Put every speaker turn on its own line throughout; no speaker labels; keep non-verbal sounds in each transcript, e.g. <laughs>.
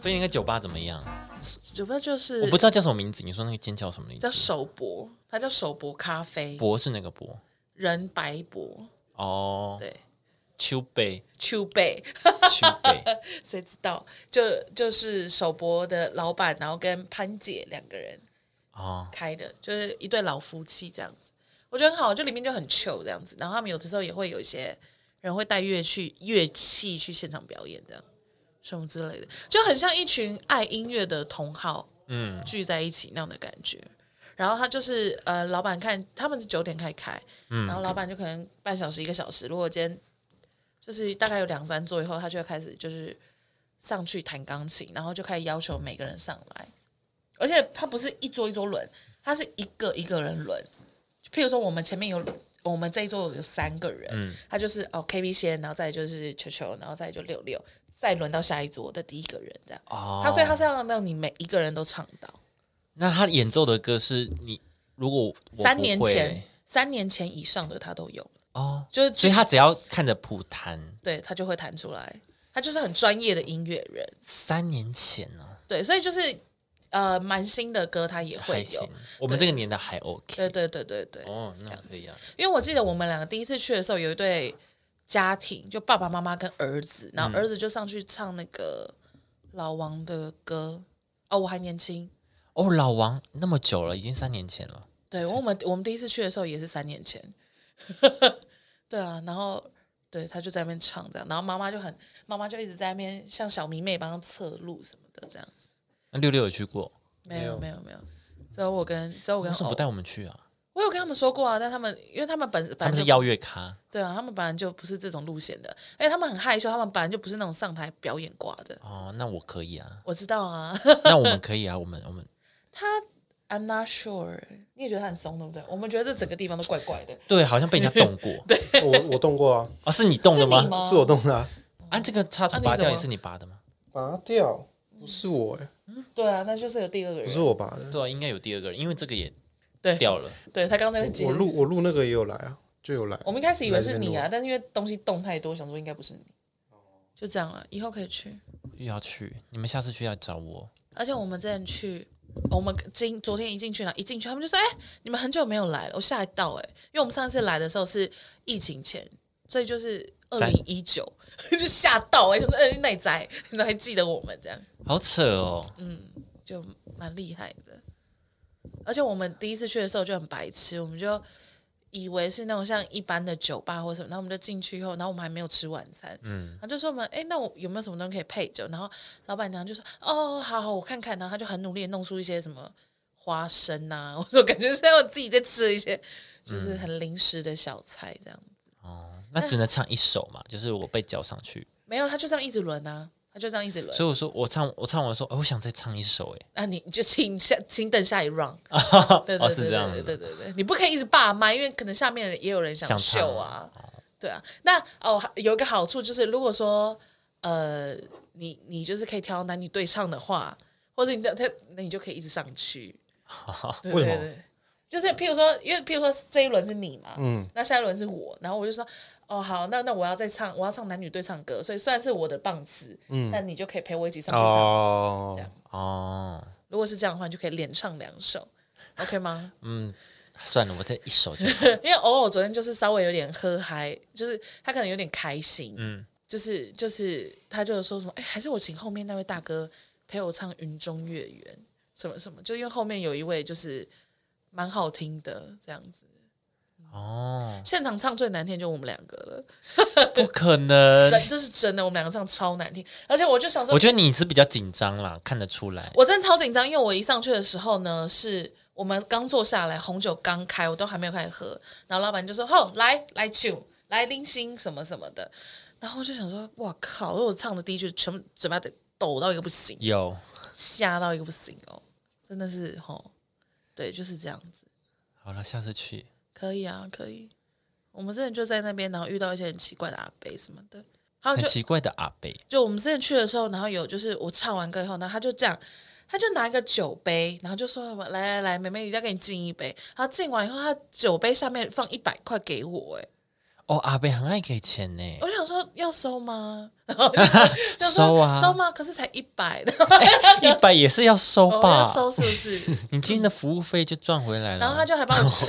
所以那个酒吧怎么样？
酒吧就是
我不知道叫什么名字，你说那个间叫什么名字
叫？手博，它叫手博咖啡，
博是那个博
人白博，
哦，
对，
秋贝
丘贝，
秋贝，
<laughs> 谁知道？就就是手博的老板，然后跟潘姐两个人
<laughs> 哦，
开的，就是一对老夫妻这样子，我觉得很好，就里面就很 chill 这样子，然后他们有的时候也会有一些人会带乐器乐器去现场表演这样。什么之类的，就很像一群爱音乐的同好，
嗯，
聚在一起那样的感觉。然后他就是呃，老板看他们是九点开开，
嗯
然后老板就可能半小时一个小时，如果今天就是大概有两三桌以后，他就会开始就是上去弹钢琴，然后就开始要求每个人上来，而且他不是一桌一桌轮，他是一个一个人轮。譬如说我们前面有我们这一桌有三个人，
嗯
他就是哦 K B 先，然后再就是球球，然后再就六六，再轮到下一桌的第一个人这样。
哦，
他所以他是要让你每一个人都唱到。
那他演奏的歌是你如果我不会
三年前，三年前以上的他都有，
哦，
就是
所以他只要看着谱弹，
对他就会弹出来，他就是很专业的音乐人，
三年前哦呢、
对，所以就是呃，蛮新的歌他也
还
会
行
有，，
我们这个年代还 OK，
对对对对对，
哦，那可以啊，
因为我记得我们两个第一次去的时候，有一对家庭，就爸爸妈妈跟儿子，然
嗯
后儿子就上去唱那个老王的歌，哦，我还年轻，
哦，老王那么久了，已经三年前了，
对，我们我们第一次去的时候也是三年前， <laughs> 对啊，然后对他就在那边唱这样，然后妈妈就很妈妈就一直在那边像小迷妹帮他测路什么的这样子，
那六六有去过，
没有没有没有，只有我跟只有我
为
跟
什么不
欧
带我们去啊？
我有跟他们说过啊，但他们因为他们本
他
本
们
来
是
就
邀约咖，
对啊，他们本来就不是这种路线的，哎，他们很害羞，他们本来就不是那种上台表演挂的，
哦，那我可以啊，
我知道啊， <laughs>
那我们可以啊，我们我们
他 I'm not sure，你也觉得他很松对不对？我们觉得这整个地方都怪怪的，
对，好像被人
<laughs>
家动过，对，
<laughs> 我我动过啊，
哦，是你动的
是你
吗？
吗？
是我动的啊，
啊，这个插头
啊你
拔
怎
掉
么
也是你拔的吗？
拔掉，不是我哎、
对啊，那就是有第二个人，
不是我拔的，
对啊，应该有第二个人，因为这个也
对
掉了，
对他刚刚在那边解
我
释
录我录那个也有来啊，就有来，
我们一开始以为是你
来
啊，但是因为东西动太多，想说应该不是你，就这样了。以后可以去，
又要去，你们下次去要找我，
而且我们之前去，哦我们今昨天一进去呢，一进去他们就说：“哎、你们很久没有来了。”我吓一跳，哎，因为我们上次来的时候是疫情前，所以就是二
在
零一九， <laughs> 就吓到哎、欸，就是哎内在，你都还记得我们这样，
好扯哦，
嗯就蛮厉害的。而且我们第一次去的时候就很白痴，我们就以为是那种像一般的酒吧或什么，然后我们就进去以后，然后我们还没有吃晚餐，嗯，然后就说我们哎，那我有没有什么东西可以配酒？然后老板娘就说哦，好好，我看看，然后他就很努力的弄出一些什么花生呐、我说感觉是我自己在吃一些，
嗯
就是很临时的小菜这样。
那只能唱一首嘛，就是我被叫上去，
没有，他就这样一直轮啊，他就这样一直轮。
所以我说我唱我唱完说，哦，我想再唱一首，哎，
啊，你你就请下，请等下一 round。对对
哦
对
是这样
对
子
对对对，你不可以一直霸麦，因为可能下面也有人想
想唱
秀啊。对啊，那哦，还有一个好处就是，如果说呃，你你就是可以挑男女对唱的话，或者你的他，那你就可以一直上去。
哦
对
为
对
什么
对，就是譬如说，因为譬如说这一轮是你嘛，
嗯
那下一轮是我，然后我就说，哦，好，那那我要再唱，我要唱男女对唱歌，所以虽然是我的棒词，嗯，但你就可以陪我一起上去唱。
哦
这样
哦，
如果是这样的话，你就可以连唱两首，OK 吗？
嗯，算了，我这一首就
<laughs> 因为偶尔昨天就是稍微有点喝嗨，就是他可能有点开心，嗯，就是就是他就是说什么，哎、还是我请后面那位大哥陪我唱《云中月圆》什么什么，就因为后面有一位就是蛮好听的这样子，
哦，
现场唱最难听就我们两个了，
不可能，
真这是真的，我们两个唱超难听，而且我就想说，
我觉得你是比较紧张啦，看得出来。
我真的超紧张，因为我一上去的时候呢，是我们刚坐下来，红酒刚开，我都还没有开始喝，然后老板就说：“吼，来来酒，来拎星什么什么的。”然后我就想说：“哇靠！”因为我唱的第一句，全部嘴巴得抖到一个不行，
有，
吓到一个不行哦，真的是吼，对，就是这样子，
好了，下次去。
可以啊，可以。我们之前就在那边，然后遇到一些很奇怪的阿伯什么的，还有
很
哦就
奇怪的阿北，
就我们之前去的时候，然后有就是我唱完歌以后，然后他就这样，他就拿一个酒杯，然后就说什么来来来，妹妹，你再给你敬一杯。然后敬完以后，他酒杯下面放一百块给我，哎， <laughs>
哦，阿贝很爱给钱呢，
我就想说要收吗？然后我就说哦就说
收啊
收吗？可是才一百的，
<laughs> 一百也是要收
我
吧
哦要？收是不
<laughs>
是？
你今天的服务费就赚回来了。
然后他就还帮我吃，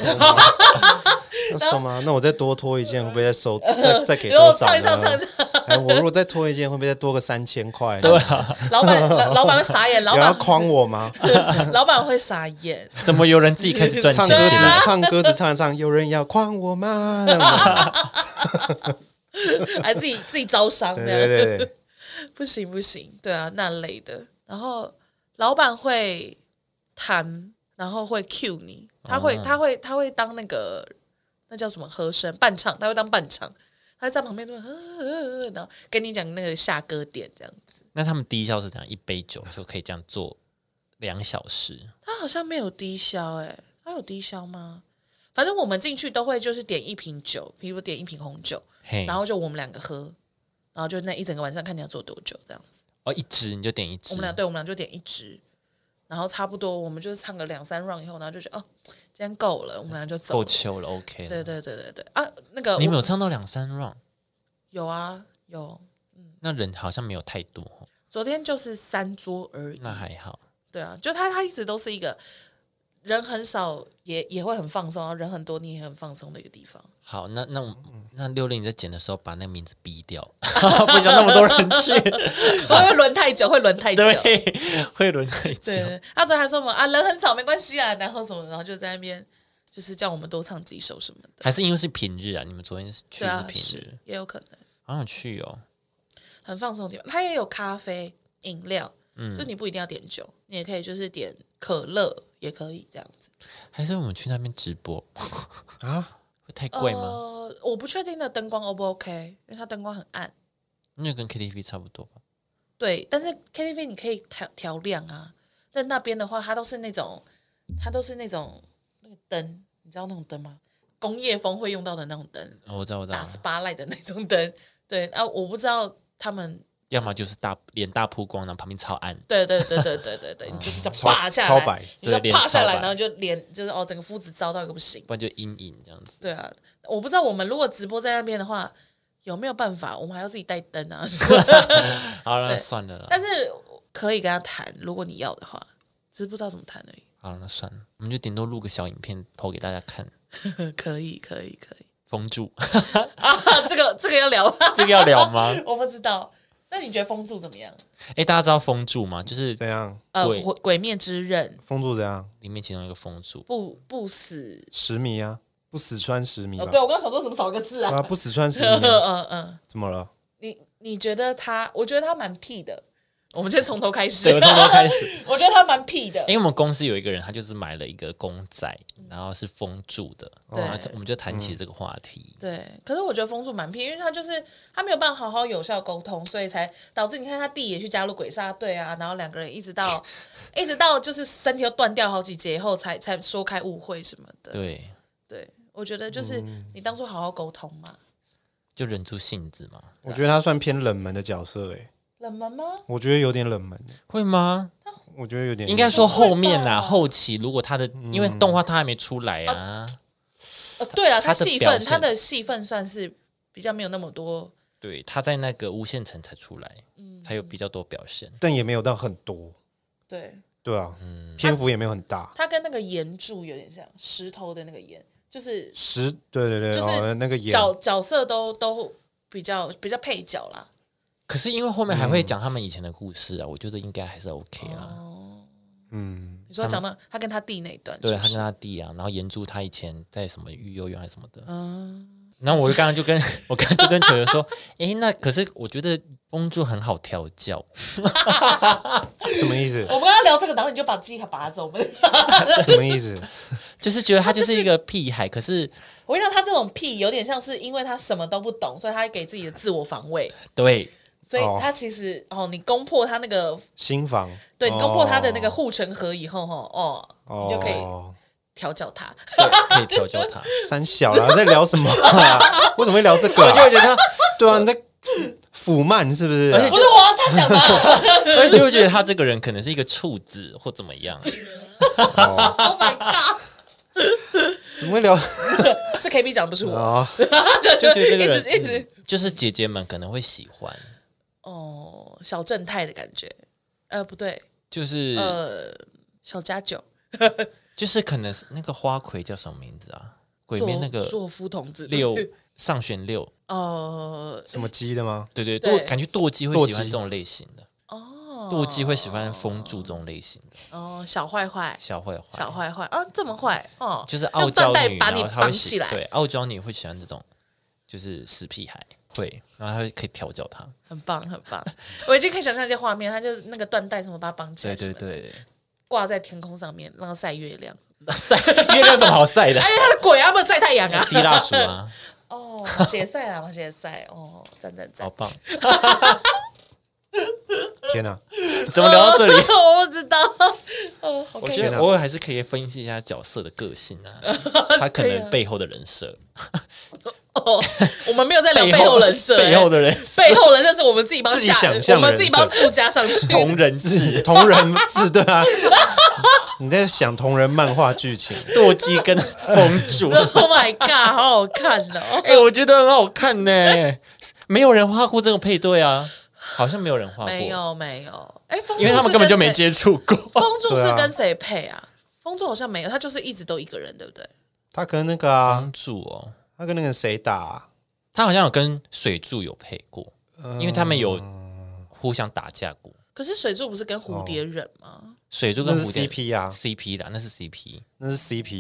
要收吗？那我再多拖一件，会不会再收再再给
然后
多少
唱
呢？
一唱唱一唱，
哎，我如果再拖一件，会不会再多个三千块？
对
对，
啊，
老板老老板会傻眼，老
有人要
板
诓我吗？
<laughs> 老板会傻眼。
怎么有人自己开始赚钱
<laughs> 唱
起
歌
对啊
来？
词，唱歌词，唱一唱，有人要诓我
<laughs>
吗？这样子
还自己自己招商
对
的，
对对对，
<laughs> 不行不行，对啊，那类的。然后老板会谈，然后会 cue 你，他会、他会他会当那个那叫什么和声伴唱，他会当伴唱，他会在旁边就、呃呃呃，然后跟你讲那个下歌点这样子。
那他们低消是怎样？一杯酒就可以这样做两小时？
他好像没有低消哎、他有低消吗？反正我们进去都会就是点一瓶酒，比如点一瓶红酒，
嘿
然，后就我们两个喝，然后就那一整个晚上看你要做多久这样子。
哦，一支你就点一支
我们俩对，我们俩就点一支，然后差不多，我们就是唱个两三 round 以后，然后就觉得哦，今天够了，我们俩就走
够
了。
秋了，OK
对
了。
对对对对啊，那个
你们有
我
唱到两三 round，
有啊有，
那人好像没有太多哦，
昨天就是三桌而已。
那还好。
对啊，就他他一直都是一个人很少也也会很放松，然后人很多你也很放松的一个
<laughs>
地方。
好，那那我那六六你在剪的时候把那个名字逼掉，
啊
不想那么多人去，
会轮太久，会轮太久。
<laughs> 对，会轮太久。
对，他昨天还说我们啊人很少没关系啊，然后什么，然后就在那边就是叫我们多唱几首什么的。
还是因为是平日啊？你们昨天是去
对啊
是，平
是
日，
也有可能。
好想去哦。
很放松的地方。它也有咖啡、饮料，
嗯
就你不一定要点酒，你也可以就是点可乐，也可以这样子。
还是我们去那边直播，
啊，
会太贵吗？
呃，我不确定那灯光 O 不 OK，因为它灯光很暗。
那就跟 KTV 差不多
嗯
吧。
对，但是 KTV 你可以调调亮啊，但那边的话，它都是那种，它都是那种那个灯，你知道那种灯吗？工业风会用到的那种灯，
哦我知道，我知
打
道，
spotlight 的那种灯。对啊，我不知道他们。
要么就是大脸大曝光，然后旁边超暗，
对对对对对对对，你就是这样
超
啪下来，
超白
你就
对脸
啪下
超
来，
白
然后就脸就是哦，整个肤质糟到一个不行。
不然就阴影这样子。
对啊，我不知道我们如果直播在那边的话，有没有办法？我们还要自己带灯啊。什么的 <laughs>
好了，那
嗯对
算了啦。
但是可以跟他谈，如果你要的话，只是不知道怎么谈而已。 <laughs>
好了，那算了，我们就顶多录个小影片抛给大家看，
可以，可以，可以
封住。
<laughs> 啊！这个这个要聊吗？ <laughs>
这个要聊吗？
我不知道。那你觉得封住怎么样？
哎，大家知道封住
嗯
吗？就是
怎样？
呃，
鬼
鬼鬼灭之刃
封住怎样？
里面其中一个封住，
不不死。
十米啊，不死穿十米
哦，
吧
对，？我刚刚想说怎么少一个字 <laughs> 啊？
啊，不死穿十
嗯
米
<laughs>
啊，
嗯嗯，
怎么了？
你你觉得他？我觉得他蛮屁的。我们先从头开始。
对，我从头开始。哎
我觉得他蛮屁的。
因为我们公司有一个人，他就是买了一个公仔，然后是封住的，
对
然后就我们就谈起这个话题。
对，可是我觉得风柱蛮偏，因为他就是他没有办法好好有效沟通，所以才导致你看他弟也去加入鬼杀队啊，然后两个人一直到一直到就是身体又断掉好几节以后才，才说开误会什么的。对，
对，
我觉得就是
嗯
你当初好好沟通嘛，
就忍住性子嘛，
我觉得他算偏冷门的角色诶、
冷门吗？
我觉得有点冷门，
会吗？
我觉得有点
应该说后面
嗯会吧嗯
啊，后期如果他的因为动画他还没出来
哦
啊，
呃，对了，
他的
戏
表
份
现
他的戏份算是比较没有那么多，
对，他在那个无限城才出来，才有
嗯
比较多表现。
但也没有到很多，
对
对啊，
嗯
篇幅也没有很大。
他跟那个岩柱有点像，石头的那个岩，就是
十，对对对，
就是
哦，那个演
角角色都都比较比较配角啦。
可是因为后面还会讲他们以前的故事啊，我觉得应该还是 OK 啊。
哦。
嗯，
你说讲到他跟他弟那一段，
对
是不
他
是
跟他弟啊，然后岩柱他以前在什么育幼院还是什么的，
嗯，
然后我就刚刚就跟 <laughs> 我刚刚就跟球球说，诶，那可是我觉得风柱很好调教，
什么意
<laughs>
思？
我们刚刚聊这个，然后你就把鸡卡拔走，我们
什么意思？
就是觉得他就
他就是
是一个屁孩，可是
<laughs> 我跟你讲，他这种屁有点像是因为他什么都不懂，所以他给自己的自我防卫，
对
所以
哦
他其实哦你攻破他那个，
新房？
对你攻破他的那个
哦
护城河以后，哈哦，你就可以
哦
调教 <laughs> 他。
对可以调
<laughs>
教他。
三小啦，在聊什么啊？为什么会聊这个
而且我
啊？
觉得他，
对啊，你在腐漫是不是？
而且
不哦是我要他讲的
而且我觉得他这个人可能是一个处子或怎么样，啊
哦
，Oh my god，
怎么会聊？
是 KB 讲，不是我，
啊，
<laughs> 就
就
哦就
觉得这个
<laughs> 一
人嗯
直一直
就是姐姐们可能会喜欢，
哦，小正太的感觉，呃，不对，
就是、
呃，小家酒，
就是可能是那个花魁叫什么名字啊？鬼面那个
作作夫童子不
六
是
上弦六，
呃，
什么鸡的吗？
对对，
对
对，感觉舵姬会
舵
喜欢
姬
这种类型的，
哦，
舵姬会喜欢风柱这种类型的
哦，小坏坏，
小坏坏，
小坏坏啊，这么坏哦，
就是
用
傲娇
缎带
女，
把
然
你
后她
绑
会喜
起来，
对，傲娇女会喜欢这种就是死屁孩，会，然后她会可以调教他，
很棒很棒，我已经可以想象一些画面，他就那个缎带什么把它绑起来，
对对，对，
挂在天空上面，让它晒月亮，
晒月亮怎么好晒的
<laughs> 哎？呀，他的鬼啊，不能晒太阳啊，
滴蜡烛啊，
<laughs> 哦，写晒啦，写晒，哦，赞赞赞
好。棒！
天啊哪，
怎么聊到这里？
<laughs> 我不知道，哦，好
我
开
觉
心
得偶尔还是可以分析一下角色的个性
<laughs>
啊，他可能背后的人设，
哦！ <laughs> 我们没有在聊背后人设，哎
背后的人设
背后人设是我们自己帮
自己
下
想象
我们自己帮注加上去。
同人 <laughs> 志，
同人志对啊，你在想同人漫画剧情？
舵姬跟公
<laughs>
主，
<laughs> Oh my god，好好看哦！
哎、我觉得很好看呢、没有人画过这种配对啊，好像没有人画过，
没有没有，哎，风
因为他们根本就没接触
柱是跟谁。
过。
<laughs> 风柱
对
是
啊
跟谁配啊？风柱好像没有，他就是一直都一个人，对不对？
他跟那个啊，
公主哦，
他跟那个谁打啊？
他好像有跟水柱有配过，
嗯
因为他们有互相打架过。
可是水柱不是跟蝴蝶忍吗？
水柱跟
那是
蝴蝶
CP 啊，
CP 啦，那是 CP，
那
但
是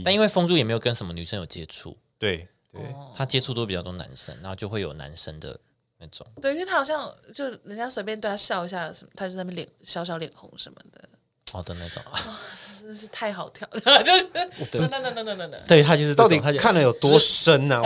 CP。
因为哦风柱也没有跟什么女生有接触，
对对，
他接触都比较多男生，然后就会有男生的那种。
对，因为他好像就人家随便对他笑一下什么，他就在那边脸小小脸红什么的，
哦的那种， <laughs>
真的是太好跳了， <laughs> 就是等等等等等等。
对他就是这
到
种
底
他就
看了有多深啊？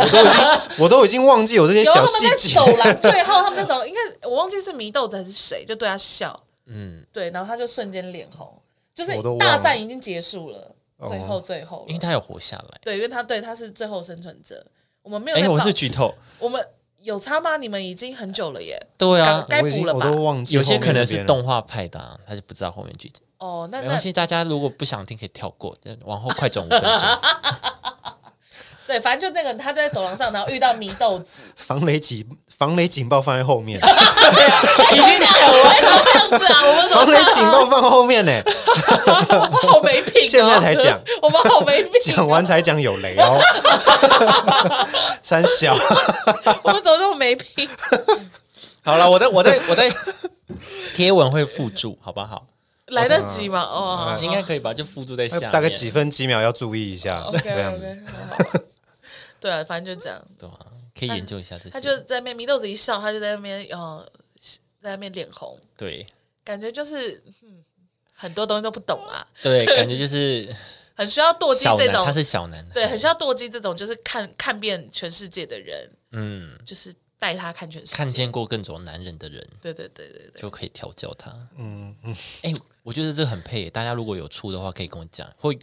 我都已经我都已经 <laughs> 忘记有这些
有
小
他们
细
在
节。
走廊最后，他们那时候应该我忘记是祢豆子还是谁，就对他笑，
嗯，
对，然后他就瞬间脸红，就是
我都忘了
大
哦
战已经结束了，最后最后
因为
了，
他有活下来。
对，因为他对他是最后生存者，我们没有
哎、
在
我
保，
是剧透，
我们有差吗？你们已经很久了耶，
对啊，
该
我已
补
经
了
我
吧
都？忘记
有
后
些
面那边了，
可能是动画派的、啊，他就不知道后面剧情。
哦，那
没
那
关系，大家如果不想听可以跳过，就往后快转五分
<laughs>
钟。
对，反正就那个他就在走廊上，然后遇到祢
<laughs>
豆子，
防雷警防雷警报放在后面，
已经讲了，哎，怎么这样子啊？我们怎么
防
这
雷
样啊
警报放后面呢、
<laughs>
我们好没品哦，
现在才讲，
我们好没品
啊
哦，
讲完才讲有雷
<laughs>
哦，三小
我们怎么这么没品？
好了，我在我在我在贴文会附注，好不好？
来得及吗？哦，好好
应该可以吧？就附注在下面，
大概几分几秒要注意一下，啊
OK
这
<laughs>
样子。
啊
OK，对啊，反正就这样。
对啊，可以研究一下这些。
他就在那边迷豆子一笑，他就在那边哦，在那边脸红，
对
感觉就是、嗯、很多东西都不懂啦，
对，感觉就是
很需要舵机
小
这
男，
种
他，是小男孩，
对，很需要舵机这种，就是看看遍全世界的人，
嗯，
就是带他看全世界。
看见过更种男人的人
对对对对对，
就可以调教他。嗯嗯，哎、我觉得这很配耶，大家如果有出的话可以跟我讲，或有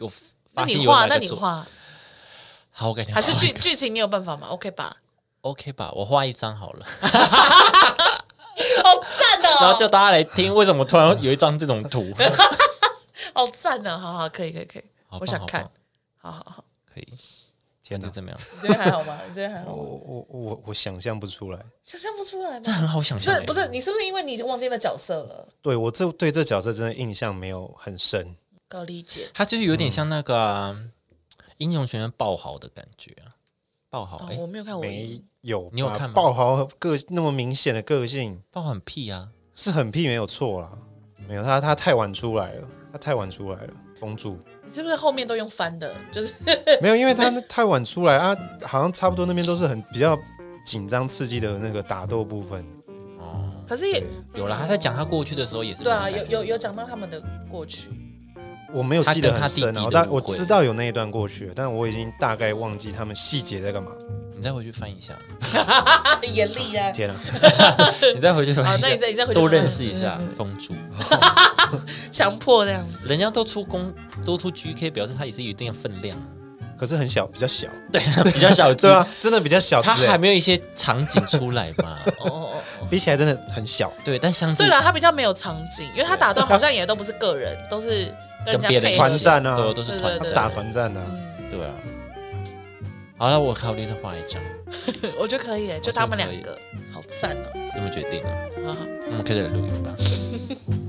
那
发现
你
有
画，
哪
那
个
你
做 <laughs>
画
好，我改天
还是
画
剧剧情你有办法吗？OK 吧？
<laughs> OK 吧，我画一张好了，
好赞
然后叫
哦，
大家来听为什么突然有一张这种图， <laughs>
好赞哦，好好，可以可以可以
好，
我
棒
想
好
看
棒，
好好好，
可以
天哪
就，怎么样？
你这边还好吗？你这边还好吗？
我我我我想象不出来，
想象不出来
这
吗？
很好想象欸
是
耶，
不是你是不是因为你已经忘记了角色了？
对我这对这角色真的印象没有很深。
高理解
他就是有点像那个啊、英雄学院爆豪的感觉啊，爆豪
哦
哎、，
我没有看我
没有吧，
你有看吗
爆豪个那么明显的个性
爆豪很屁啊，
是很屁没有错啦，没有他他太晚出来了，他太晚出来了，封住
你是不是后面都用翻的？就是
没有，因为他那太晚出来啊，好像差不多那边都是很比较紧张刺激的那个打斗部分，
<laughs> 可 <laughs> 是也
哦有啦，他在讲他过去的时候也是
对啊，
那种
有
感觉
有有讲到他们的过去，
我没有记得很深
他跟他弟弟的误会
啊，我但我知道有那一段过去了，但我已经大概忘记他们细节在干嘛。
你再回去翻一下，
啊严厉啊！
天啊，
哦你再回去
好
翻，一嗯
那你
下，
再你再回去
多
翻
认识一下风主，
强迫这样子，
人家都出公都出 GK，表示他也是有一定的分量，
可是很小，比较小，
<laughs> 对，比较小资
对，啊，真的比较小只
他还
欸，
没有一些场景出来 <laughs> 嘛，
哦哦哦。
比起来真的很小。
对，但相
对
对
了，他比较没有场景，因为他打断 <laughs> 好像也都不是个人，都是跟
跟
人家
别人
配
团
合
战啊
对，都是团
对
他
战，
是打团战的啊、
嗯，
对啊，好了，我考虑再画一张，
<laughs> 我觉得可以耶，就
觉得
他们
可
两
以
个，好赞哦、
这么决定了。嗯
啊！
那我们开始来录音吧。